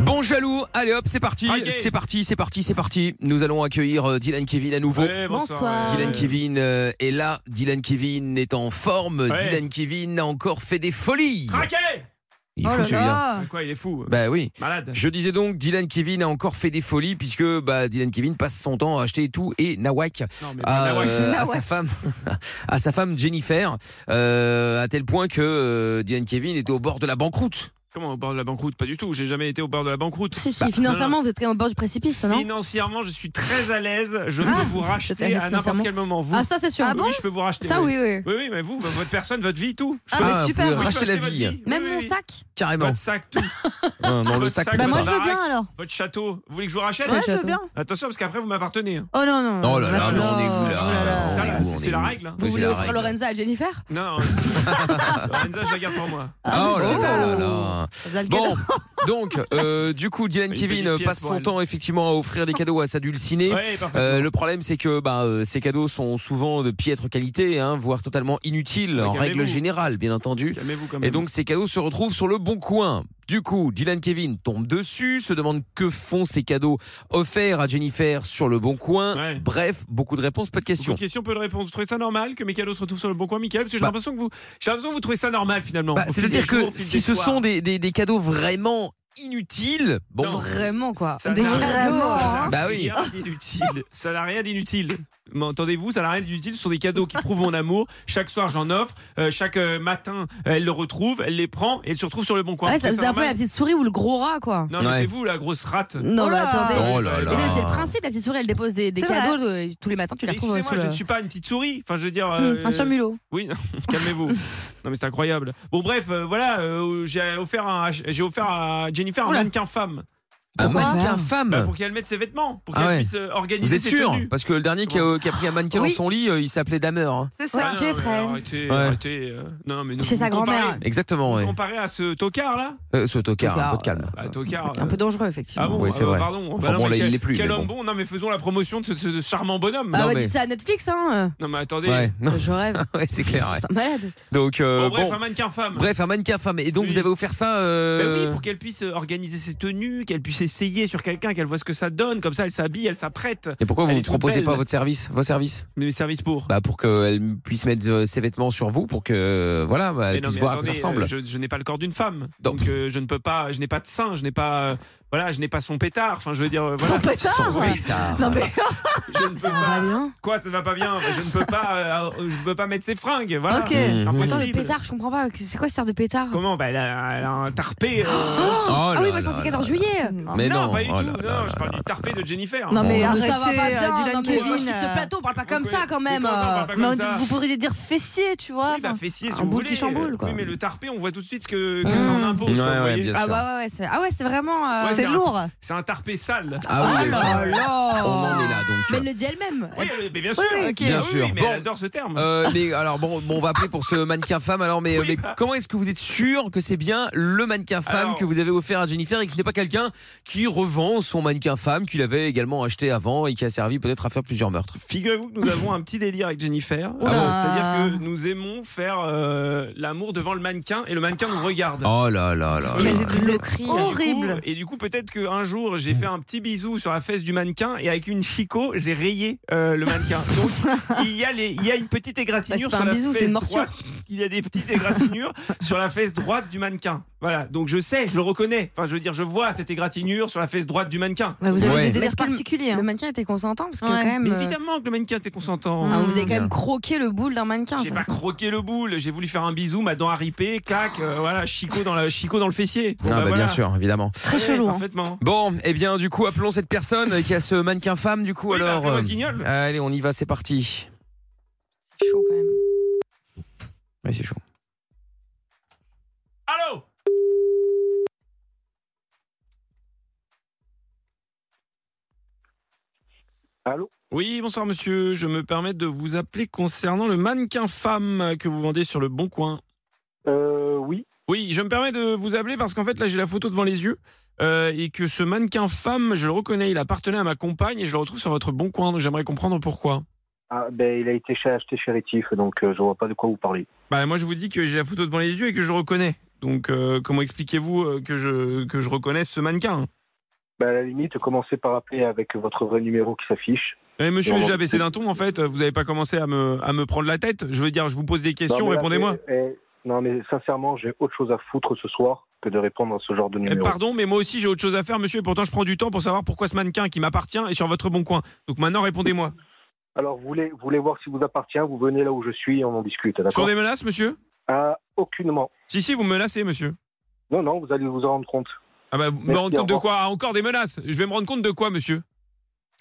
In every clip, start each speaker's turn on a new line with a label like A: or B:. A: Bon jaloux, allez hop, c'est parti,
B: Ok.
A: c'est parti, c'est parti, c'est parti. Nous allons accueillir euh, Dylan Kevin à nouveau.
B: Ouais,
C: Bonsoir.
B: ouais.
A: Dylan Kevin euh, est là, Dylan Kevin est en forme,
B: Ouais.
A: Dylan Kevin a encore fait des folies.
B: Traqué
A: Il
C: Oh
A: faut
C: là
A: celui-là.
D: Ah.
C: là.
B: Quoi, il est fou.
A: Bah oui.
B: Malade.
A: Je disais donc, Dylan Kevin a encore fait des folies puisque bah, Dylan Kevin passe son temps à acheter tout et Nawak
B: Non, mais
A: à,
B: Ah ouais.
A: euh, à sa
C: Nawak.
A: femme, à sa femme Jennifer, euh, à tel point que euh, Dylan Kevin était au bord de la banqueroute.
B: Comment au bord de la banqueroute Pas du tout. J'ai jamais été au bord de la banqueroute.
D: Si, si,
B: Bah,
D: financièrement,
B: non,
D: vous êtes quand même au bord du précipice, ça, non
B: Financièrement, je suis très à l'aise. Je peux
C: Ah,
B: vous
D: t'ai
B: racheter
D: aimé
B: à n'importe
D: financièrement.
B: quel moment. Vous.
D: Ah, ça, c'est sûr.
C: Ah bon
B: oui, je peux vous racheter.
D: Ça, oui, oui.
B: Oui, oui, mais vous, bah, votre personne, votre vie, tout. Je
C: Ah,
B: peux-
C: mais
A: vous
C: super,
A: pouvez
C: moi, je
B: peux
A: racheter la
B: acheter votre
A: vie,
B: vie.
D: Même
B: Oui, oui,
D: mon
B: oui.
D: sac
A: carrément.
B: Votre sac, tout.
A: Non, non, le
B: Votre
A: sac.
B: sac,
C: Bah
A: pas.
C: moi
B: votre
C: je veux
B: baraque.
C: bien alors.
B: Votre château. Vous voulez que je vous rachète
C: Ouais, je veux
D: j'attends.
C: bien.
B: Attention, parce qu'après, vous m'appartenez. hein.
C: Oh non non.
A: Oh là là,
C: Bah,
A: mais
C: ça,
A: on est où là,
C: oh là.
B: C'est ça,
A: On est
B: là,
A: où,
B: c'est
A: Ah, on est
B: c'est la
A: où
B: règle. hein.
A: Oui,
D: Vous
A: c'est
D: voulez
A: la
D: offrir
A: règle.
D: Lorenza à Jennifer
B: Non, non. Lorenza, je la garde pour moi.
C: Ah,
A: Oh
C: mais
A: là
C: c'est
A: là
C: pas-
A: là là.
C: Vous avez le
A: Bon,
C: cadeau.
A: donc, euh, du coup, Dylan
B: Il fait
A: Kevin
B: des
A: euh,
B: pièces
A: passe
B: pour
A: son
B: elle.
A: temps effectivement à offrir des cadeaux à sa dulcinée.
B: Ouais, parfait.
A: Euh, le problème, c'est que bah, euh, ces cadeaux sont souvent de piètre qualité, hein, voire totalement inutiles, en
B: Regardez-vous.
A: règle générale, bien entendu.
B: Calmez-vous quand même.
A: Et donc, ces cadeaux se retrouvent sur le bon coin. Du coup, Dylan Kevin tombe dessus, se demande que font ces cadeaux offerts à Jennifer sur le bon coin.
B: Ouais.
A: Bref, beaucoup de réponses, pas de
B: Beaucoup
A: questions.
B: de questions, peu de réponses. Vous trouvez ça normal que mes cadeaux se retrouvent sur le bon coin, Michael Parce que j'ai
A: Bah.
B: l'impression que vous, j'ai l'impression que vous trouvez ça normal finalement.
A: Bah,
B: Au fil
A: C'est-à-dire
B: des
A: que
B: jours, au fil
A: si
B: des
A: ce
B: soirs.
A: sont des, des- des cadeaux vraiment inutiles, bon,
B: Non.
D: Vraiment, quoi.
B: Ça
D: Des
B: n'a-
D: cadeaux.
C: Vraiment,
D: hein.
C: hein.
A: Bah oui.
B: Rien d'inutile. Ça n'a rien d'inutile. M'entendez-vous Ça n'a rien d'inutile. Ce sont des cadeaux qui prouvent mon amour. Chaque soir, j'en offre. Euh, chaque euh, matin, elle le retrouve, elle les prend et elle se retrouve sur le bon coin.
D: Ah Ouais,
B: Vous
D: ça
B: trouvez
D: faisait un peu la
B: normal
D: petite souris ou le gros rat, quoi.
B: Non, mais
A: Ouais.
B: c'est vous la grosse rate.
D: Non,
C: Oh
D: mais
C: là.
D: attendez.
A: Oh là
B: Mais
A: là.
D: Mais non, c'est le principe, la petite souris, elle dépose des, des
C: C'est vrai.
D: cadeaux euh, tous les matins, tu la
B: Mais
D: retrouves
B: Excusez-moi, je
D: sur le.
B: ne suis pas une petite souris. Enfin, je veux dire.
D: Hum,
B: euh,
D: Un chien mulot.
B: Oui, non, calmez-vous. non mais c'est incroyable. Bon bref, euh, voilà, euh, j'ai offert un, j'ai offert à Jennifer un
C: Oula.
B: mannequin femme
A: un
C: Pourquoi
A: mannequin
B: Bah,
A: femme.
B: pour qu'elle mette ses vêtements, pour
A: Ah
B: qu'elle
A: ouais.
B: puisse euh, organiser
A: Vous êtes
B: ses
A: sûr
B: tenues.
A: Parce que le dernier qui a, qui a pris un mannequin
D: Oui.
A: dans son lit, euh, il s'appelait Damer. hein.
C: C'est
D: Ouais.
C: ça.
B: non,
D: Jeffrey.
B: mais Arrêtez,
A: Ouais.
B: arrêtez. euh, non mais
D: Chez
B: vous
D: sa
B: comparez-
D: grand-mère.
A: Exactement, ouais.
B: Comparé à ce tocard là,
A: Euh, ce tocard,
D: Tocard,
A: un peu de calme.
B: Ah, tocard.
D: Un peu
B: euh,
D: dangereux,
B: Ah
D: effectivement.
B: bon,
A: Oui, c'est
B: ah bah,
A: vrai.
B: pardon.
A: Enfin,
B: Bah non,
A: bon,
B: mais
A: là, il
B: quel-
A: l'est plus,
B: Quel
A: mais
B: homme
A: bon.
B: bon. Non mais faisons la promotion de ce, ce- ce charmant bonhomme.
D: Ah
A: Non,
D: ouais,
A: mais-
D: dites ça à Netflix, hein.
B: Non mais attendez.
A: Ouais, non,
D: Je rêve.
A: ouais, c'est clair. ouais.
D: Putain, Malade.
A: Donc, euh,
B: Bon,
A: bon,
B: bref, un mannequin femme.
A: bref, un mannequin femme. Et donc,
B: Oui.
A: vous avez offert ça
B: Ben
A: euh,
B: oui, pour qu'elle puisse euh, organiser ses tenues, qu'elle puisse essayer sur quelqu'un, qu'elle voit ce que ça donne. Comme ça, elle s'habille, elle s'apprête.
A: Et pourquoi
B: Elle
A: vous
B: est
A: ne
B: toute
A: proposez
B: belle.
A: pas votre service, vos services
B: Mais service pour.
A: Bah, pour qu'elle puisse mettre euh, ses vêtements sur vous, pour que euh, voilà, bah, elle
B: Mais non,
A: puisse
B: mais
A: voir à quoi
B: attendez,
A: ça ressemble.
B: euh, je, je n'ai pas le corps d'une femme,
A: Non.
B: donc euh, je ne peux pas, je n'ai pas de sein, je n'ai pas, euh, voilà, je n'ai pas son pétard. Enfin, je veux dire, euh, voilà,
C: Son pétard. hein.
A: Sans pétard.
C: Non mais
B: je ne peux
D: Ça va
B: pas.
D: bien.
B: Quoi, ça ne va pas Ah, bien Je ne peux pas, euh, euh, je ne peux pas mettre ses fringues. Voilà.
C: Ok.
B: C'est
A: Mmh.
D: Attends, le
B: Impossible.
D: pétard, je comprends pas. C'est quoi cette sert de pétard
B: Comment bah, elle, a, elle a un tarpé. euh,
A: Oh
D: Ah
A: là
D: oui, moi je
A: là
D: pensais
A: là
D: 14
A: là.
D: juillet.
A: Mais
B: non,
A: non,
B: pas du
A: oh
B: tout.
A: là
B: non,
A: là
B: je parle
A: là
B: du tarpé de Jennifer.
C: Non mais
A: Bon.
D: Ah, Mais
C: arrêtez.
D: ça va pas
C: euh,
D: bien.
C: Dylan
D: Non, mais moi je
C: Kevin.
D: quitte ce
C: euh,
D: plateau, on parle pas comme
B: Mais
D: ça quand même. euh,
B: Mais comment ça, on parle pas
C: mais
B: comme
C: on-
B: ça
C: vous pourriez dire fessier, tu vois.
B: Oui, bah, fessier, si
D: Un
B: vous
D: boule qui
B: voulez.
D: chamboule, quoi.
B: Oui, mais le tarpé, on voit tout de suite que, que
D: Mm.
B: ça en impose.
A: Ouais,
B: quoi, vous
A: ouais,
B: voyez.
A: bien
D: Ah
A: sûr.
D: ouais, ouais, ouais, c'est ah ouais, c'est vraiment. euh,
B: Ouais,
C: c'est
B: un-
C: lourd.
B: C'est un tarpé sale.
A: Ah oui,
D: Oh là là
A: on en est là donc.
D: Mais elle le dit elle-même.
B: Oui, mais bien sûr.
C: Oui, ok.
A: Bien
B: Ah oui,
A: sûr.
B: oui, mais
A: Bon.
B: elle adore ce terme.
A: Euh, mais alors bon, bon, on va appeler pour ce mannequin femme. Alors, mais,
B: Oui,
A: mais
B: bah.
A: comment est-ce que vous êtes sûr que c'est bien le mannequin femme
B: Alors-
A: que vous avez offert à Jennifer et que ce n'est pas quelqu'un qui revend son mannequin femme qu'il avait également acheté avant et qui a servi peut-être à faire plusieurs meurtres
B: Figurez-vous que nous avons un petit délire avec Jennifer. Euh,
C: Oula.
B: C'est-à-dire que nous aimons faire euh, l'amour devant le mannequin et le mannequin nous regarde.
A: Oh là là là.
B: Mais
A: là.
C: c'est-
D: Bloquerie.
B: Et du coup-
C: horrible.
B: Et du coup, peut-être qu'un jour, j'ai fait un petit bisou sur la fesse du mannequin et avec une chicot, j'ai rayé euh, le mannequin. Donc, il y a, les, il y a une petite égratignure
D: Bah, c'est pas
B: sur
D: un
B: la
D: bisou,
B: fesse
D: c'est une morsure.
B: droite. Il y a des petites égratignures sur la fesse droite du mannequin. Voilà. Donc, je sais, je le reconnais. Enfin, je veux dire, je vois cette égratignure sur la fesse droite du mannequin.
C: Bah, vous
A: Ouais.
C: avez des
D: Parce
C: délires
D: que le-
C: particuliers.
D: Le
C: hein.
D: mannequin était consentant parce que
C: Ouais.
D: quand même.
B: Mais
D: euh,
B: évidemment que le mannequin était consentant.
D: ah, vous avez quand
A: Bien.
D: même croqué le boule d'un mannequin.
B: J'ai
D: ça,
B: pas
D: c'est-
B: croqué le boule, j'ai voulu faire un bisou, ma dent a ripé, clac, euh, voilà, chicot dans, la, chicot dans le fessier.
A: Ah,
B: Bon, bah,
A: bah,
B: voilà.
A: bien sûr, évidemment.
C: Très
B: Ouais,
C: chelou. hein.
B: Parfaitement.
A: Bon, eh bien, du coup, appelons cette personne qui a ce mannequin femme, du coup,
B: Oui, bah,
A: alors.
B: appelez-moi
A: euh,
B: ce guignol.
A: allez, on y va, c'est parti.
D: C'est chaud quand même.
A: Ouais, c'est chaud.
B: Allô
E: Allô
B: Oui, bonsoir monsieur. Je me permets de vous appeler concernant le mannequin femme que vous vendez sur le Bon Coin.
E: euh, Oui.
B: Oui, je me permets de vous appeler parce qu'en fait là j'ai la photo devant les yeux euh, et que ce mannequin femme, je le reconnais, il appartenait à ma compagne et je le retrouve sur votre Bon Coin. Donc j'aimerais comprendre pourquoi.
E: Ah, ben, il a été ch- acheté chez Rétif, donc euh, je vois pas de quoi vous parlez.
B: Bah moi je vous dis que j'ai la photo devant les yeux et que je reconnais. Donc euh, comment expliquez-vous euh, que je que je reconnaisse ce mannequin
E: Ben, à la limite, commencez par appeler avec votre vrai numéro qui s'affiche.
B: Eh, Monsieur,
E: Non, non.
B: j'ai abaissé d'un ton en fait. Vous n'avez pas commencé à me à me prendre la tête. Je veux dire, je vous pose des
E: Non,
B: questions,
E: mais là,
B: répondez-moi.
E: eh, eh, non, mais sincèrement, j'ai autre chose à foutre ce soir que de répondre à ce genre de
B: Eh,
E: numéro.
B: pardon, mais moi aussi j'ai autre chose à faire, monsieur, et pourtant je prends du temps pour savoir pourquoi ce mannequin qui m'appartient est sur votre bon coin. Donc maintenant répondez-moi.
E: Alors, vous voulez, vous voulez voir si vous appartient, vous venez là où je suis et on en discute,
B: Sur
E: d'accord
B: des menaces, monsieur
E: Ah, Aucunement.
B: Si, si, vous me menacez, monsieur.
E: Non, non, vous allez vous en rendre compte.
B: Ah bah, vous me
E: Merci,
B: rendre
E: au
B: compte de
E: revoir.
B: quoi Ah, Encore des menaces Je vais me rendre compte de quoi, monsieur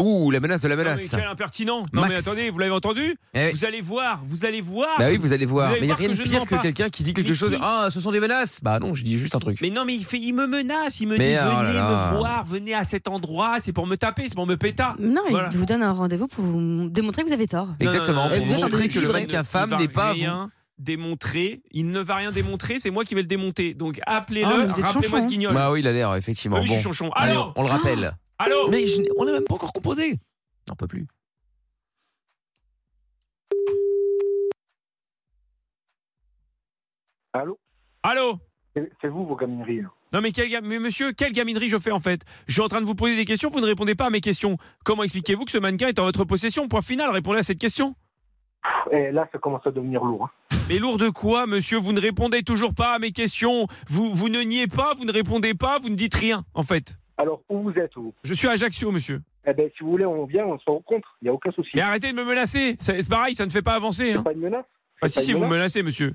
A: Ouh, la menace de la
B: Non, mais
A: menace.
B: Quel impertinent Non
A: Max.
B: mais attendez, vous l'avez entendu
A: Eh oui.
B: Vous allez voir, vous allez voir
A: Bah oui, vous allez voir.
B: Vous allez
A: mais il n'y a
B: voir
A: rien
B: que
A: de
B: je ne
A: pire
B: mens
A: que
B: pas.
A: quelqu'un qui dit quelque
B: Mais
A: chose.
B: qui
A: Ah, ce sont des menaces. Bah non, je dis juste un truc.
B: Mais non, mais il, fait, il me menace, il me
A: Mais
B: dit
A: oh là
B: venez
A: là.
B: me voir, venez à cet endroit, c'est pour me taper, c'est pour me péta.
D: Non,
B: Voilà.
D: il vous donne un rendez-vous pour vous m- démontrer que vous avez tort.
B: euh,
A: Exactement,
D: non, non,
A: pour
D: vous êtes
A: montrer que le
D: déséquilibré.
A: mannequin
B: Il
A: femme
B: va
A: n'est pas à vous.
B: rien démontrer, il ne va rien démontrer, c'est moi qui vais le démonter. Donc appelez-le,
D: Ah, mais vous êtes
B: rappelez-moi
D: chanchon,
B: ce guignol.
A: Bah oui, il a l'air,
B: Ah
A: effectivement.
B: oui, je
A: Bon,
B: suis chonchon.
A: allez,
B: Allô
A: on le rappelle.
B: Allô
A: Mais je n'ai- on n'a même pas encore composé. Non, pas plus.
E: Allô
B: Allô
E: C'est c'est vous, vos gamineries. là.
B: Non mais, quelle ga- mais monsieur, quelle gaminerie je fais en fait Je suis en train de vous poser des questions, vous ne répondez pas à mes questions. Comment expliquez-vous que ce mannequin est en votre possession Point final, répondez à cette question.
E: Eh, là, ça commence à devenir lourd. hein.
B: Mais lourd de quoi, monsieur Vous ne répondez toujours pas à mes questions. Vous, vous ne niez pas, vous ne répondez pas, vous ne dites rien en fait.
E: Alors, où vous êtes, vous
B: Je suis à Ajaccio, monsieur.
E: Eh ben, si vous voulez, on vient, on se rencontre. Il n'y a aucun souci.
B: Mais arrêtez de me menacer. Ça- C'est pareil, ça ne fait pas avancer.
E: C'est
B: Hein.
E: pas une menace.
B: Ah si,
E: pas
B: si,
E: une
B: vous me
E: menace.
B: menacez, monsieur.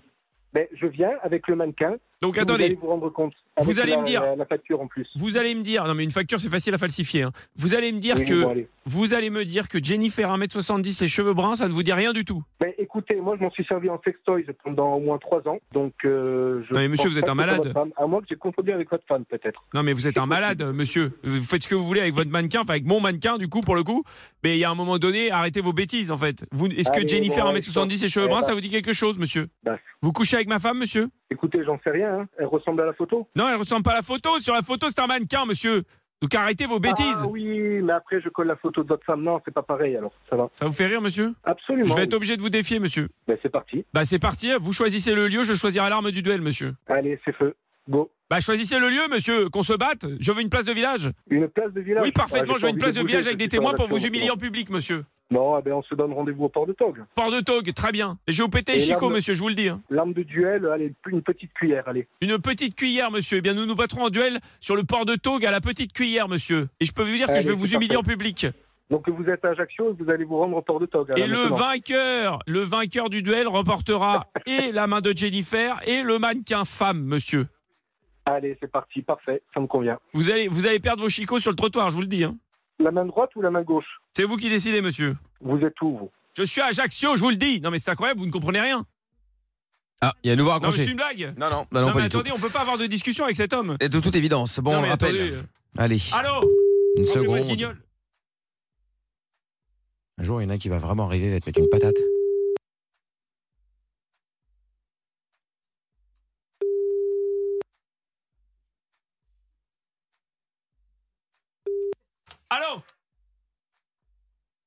E: Ben, je viens avec le mannequin.
B: Donc
E: Vous allez
B: attendez,
E: vous rendre compte.
B: Vous
E: Avec
B: allez
E: la-
B: me dire.
E: La, la facture en plus.
B: vous allez me dire... Non mais une facture, c'est facile à falsifier. hein. Vous allez me dire
E: Oui,
B: que...
E: bon, allez.
B: Vous allez me dire que Jennifer 1m70, les cheveux bruns, ça ne vous dit rien du tout.
E: Ben, écoutez, moi, je m'en suis servi en sextoys pendant au moins trois ans. Donc, euh, je.
B: Non, mais
E: pense
B: monsieur, vous êtes
E: pas
B: un
E: que c'est
B: malade.
E: votre femme, à moins que j'ai confondu avec votre femme, peut-être.
B: Non mais vous êtes un
E: C'est
B: malade, euh, monsieur. Vous faites ce que vous voulez avec votre mannequin, enfin avec mon mannequin du coup pour le coup. Mais il y a un moment donné, arrêtez vos bêtises en fait. Vous- Est-ce que
E: Allez,
B: Jennifer
E: bon,
B: 1m70 et cheveux
E: eh
B: bruns,
E: ben.
B: ça vous dit quelque chose, monsieur
E: Bah.
B: Vous couchez avec ma femme, monsieur
E: Écoutez, j'en sais rien. hein. Elle ressemble à la photo.
B: Non, elle ressemble pas à la photo. Sur la photo, c'est un mannequin, monsieur. Donc arrêtez vos bêtises.
E: Ah oui, mais après, je colle la photo de votre femme. Non, c'est pas pareil, alors. Ça va.
B: Ça vous fait rire, monsieur
E: Absolument.
B: Je vais être obligé de vous défier, monsieur.
E: Ben, c'est parti.
B: Bah c'est parti. Vous choisissez le lieu, je choisirai l'arme du duel, monsieur.
E: Allez, c'est feu. Go.
B: Bah choisissez le lieu, monsieur. Qu'on se batte. Je veux une place de village.
E: Une place de village.
B: Oui, parfaitement.
E: Ah,
B: je
E: j'ai
B: veux une
E: pas envie
B: place de
E: bouger,
B: village
E: je
B: avec
E: suis
B: des
E: pas
B: témoins
E: la
B: pour vous
E: nature,
B: humilier en public, monsieur.
E: Non, eh ben, on se donne rendez-vous au port de Tog.
B: Port de Tog, très bien. Et je vais vous péter
E: Et
B: Chico,
E: l'arme-
B: monsieur, je vous le dis. hein.
E: L'arme de duel, allez, une petite cuillère, allez.
B: Une petite cuillère, monsieur. Eh bien, nous nous battrons en duel sur le port de Tog à la petite cuillère, monsieur. Et je peux vous dire que
E: Allez,
B: je vais vous
E: c'est
B: humilier en
E: parfait.
B: public.
E: Donc vous êtes à Ajaccio et vous allez vous rendre au port de Tog.
B: Et
E: alors,
B: le
E: maintenant.
B: vainqueur, le vainqueur du duel remportera et la main de Jennifer et le mannequin femme, monsieur.
E: Allez, c'est parti, parfait, ça me convient.
B: Vous allez, vous allez perdre vos chicots sur le trottoir, je vous le dis. hein.
E: La main droite ou la main gauche
B: C'est vous qui décidez, monsieur.
E: Vous êtes où, vous
B: Je suis à Ajaccio, je vous le dis. Non, mais c'est incroyable, vous ne comprenez rien.
A: Ah, il y a à nouveau
B: Non, mais c'est
A: raccroché.
B: une blague.
A: Non, non, bah non,
B: Non,
A: pas
B: mais
A: du tout.
B: attendez, on peut pas avoir de discussion avec cet homme.
A: Et de toute évidence. Bon,
B: Non,
A: on le
B: mais
A: rappelle.
B: attendez. Ah,
A: Allez,
B: Allô
A: une
B: Rappelez-moi ce
A: seconde.
B: guignol.
A: Un jour, il y en a un qui va vraiment arriver, il va te mettre une patate.
B: Allô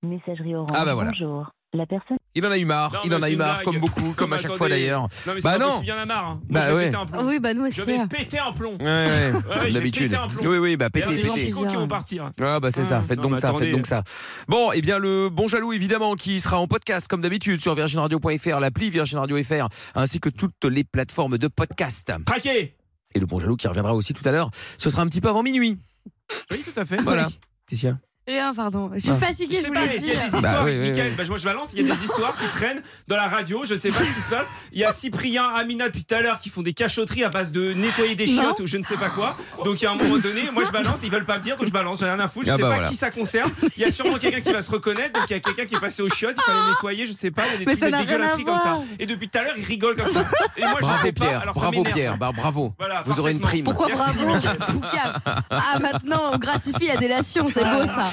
F: Messagerie orange.
A: Ah bah voilà.
F: Bonjour. La personne.
A: Il en a eu marre,
B: Non,
A: il en
B: mais
A: a
B: c'est
A: eu
B: une
A: marre,
B: blague.
A: comme beaucoup, comme
B: mais
A: à chaque fois
B: attendez.
A: d'ailleurs.
B: Non mais c'est
A: Bah
B: pas
A: non.
B: possible, il y en a marre. hein. Moi,
A: Bah
B: je vais
A: ouais.
B: péter un plomb.
D: Ah oui, bah nous aussi.
B: Je vais péter un plomb.
A: Ouais, ouais,
B: j'ai pété
A: d'habitude.
B: un plomb.
A: Oui, oui, bah
B: Il y a
A: pété,
B: des gens
A: pété.
B: qui vont partir.
A: Ah bah c'est ça,
D: Ah.
A: faites
B: Mmh. Non,
A: donc
B: mais
A: ça,
B: attendez.
A: faites donc ça. Bon, et bien le bon jaloux évidemment qui sera en podcast comme d'habitude sur virginradio.fr, l'appli Virgin Radio FR, ainsi que toutes les plateformes de podcast.
B: Traqué
A: Et le bon jaloux qui reviendra aussi tout à l'heure, ce sera un petit peu avant minuit.
B: Oui, tout à fait.
A: Voilà. Tiens.
D: Rien, pardon. Je suis
A: Ah.
B: Je
D: fatiguée, je
B: sais
D: vous
B: pas,
D: l'ai
B: il
D: dit.
B: y a des histoires
A: Bah, oui,
B: avec
A: oui,
B: Mickaël.
A: oui.
B: Bah, moi je balance, il y a des histoires qui traînent dans la radio, je sais pas ce qui se passe. Il y a Cyprien, Amina depuis tout à l'heure qui font des cachotteries à base de nettoyer des
D: Non.
B: chiottes ou je ne sais pas quoi. Donc il y a un moment donné, moi je balance, ils veulent pas me dire, donc je balance, j'ai rien à foutre, je
A: Ah
B: sais
A: bah
B: pas
A: voilà.
B: qui ça concerne. Il y a sûrement quelqu'un qui va se reconnaître, donc il y a quelqu'un qui est passé aux chiottes, il fallait nettoyer, je sais pas, il y a des
C: Mais
B: trucs
C: ça
B: de
C: n'a rien
B: dégueulasserie
C: à
B: comme ça.
C: voir.
B: Et depuis tout à l'heure, ils rigolent comme ça. Et moi je
A: Bravo
B: sais pas,
A: Pierre,
B: alors ça
A: bravo
B: m'énerve.
A: Pierre, bah bravo.
B: Voilà,
A: Vous aurez une
B: parfaitement.
A: prime.
C: Pourquoi
B: Merci,
C: bravo
B: Mickaël.
D: Poucave. Ah, maintenant, on gratifie la délation, c'est beau ça.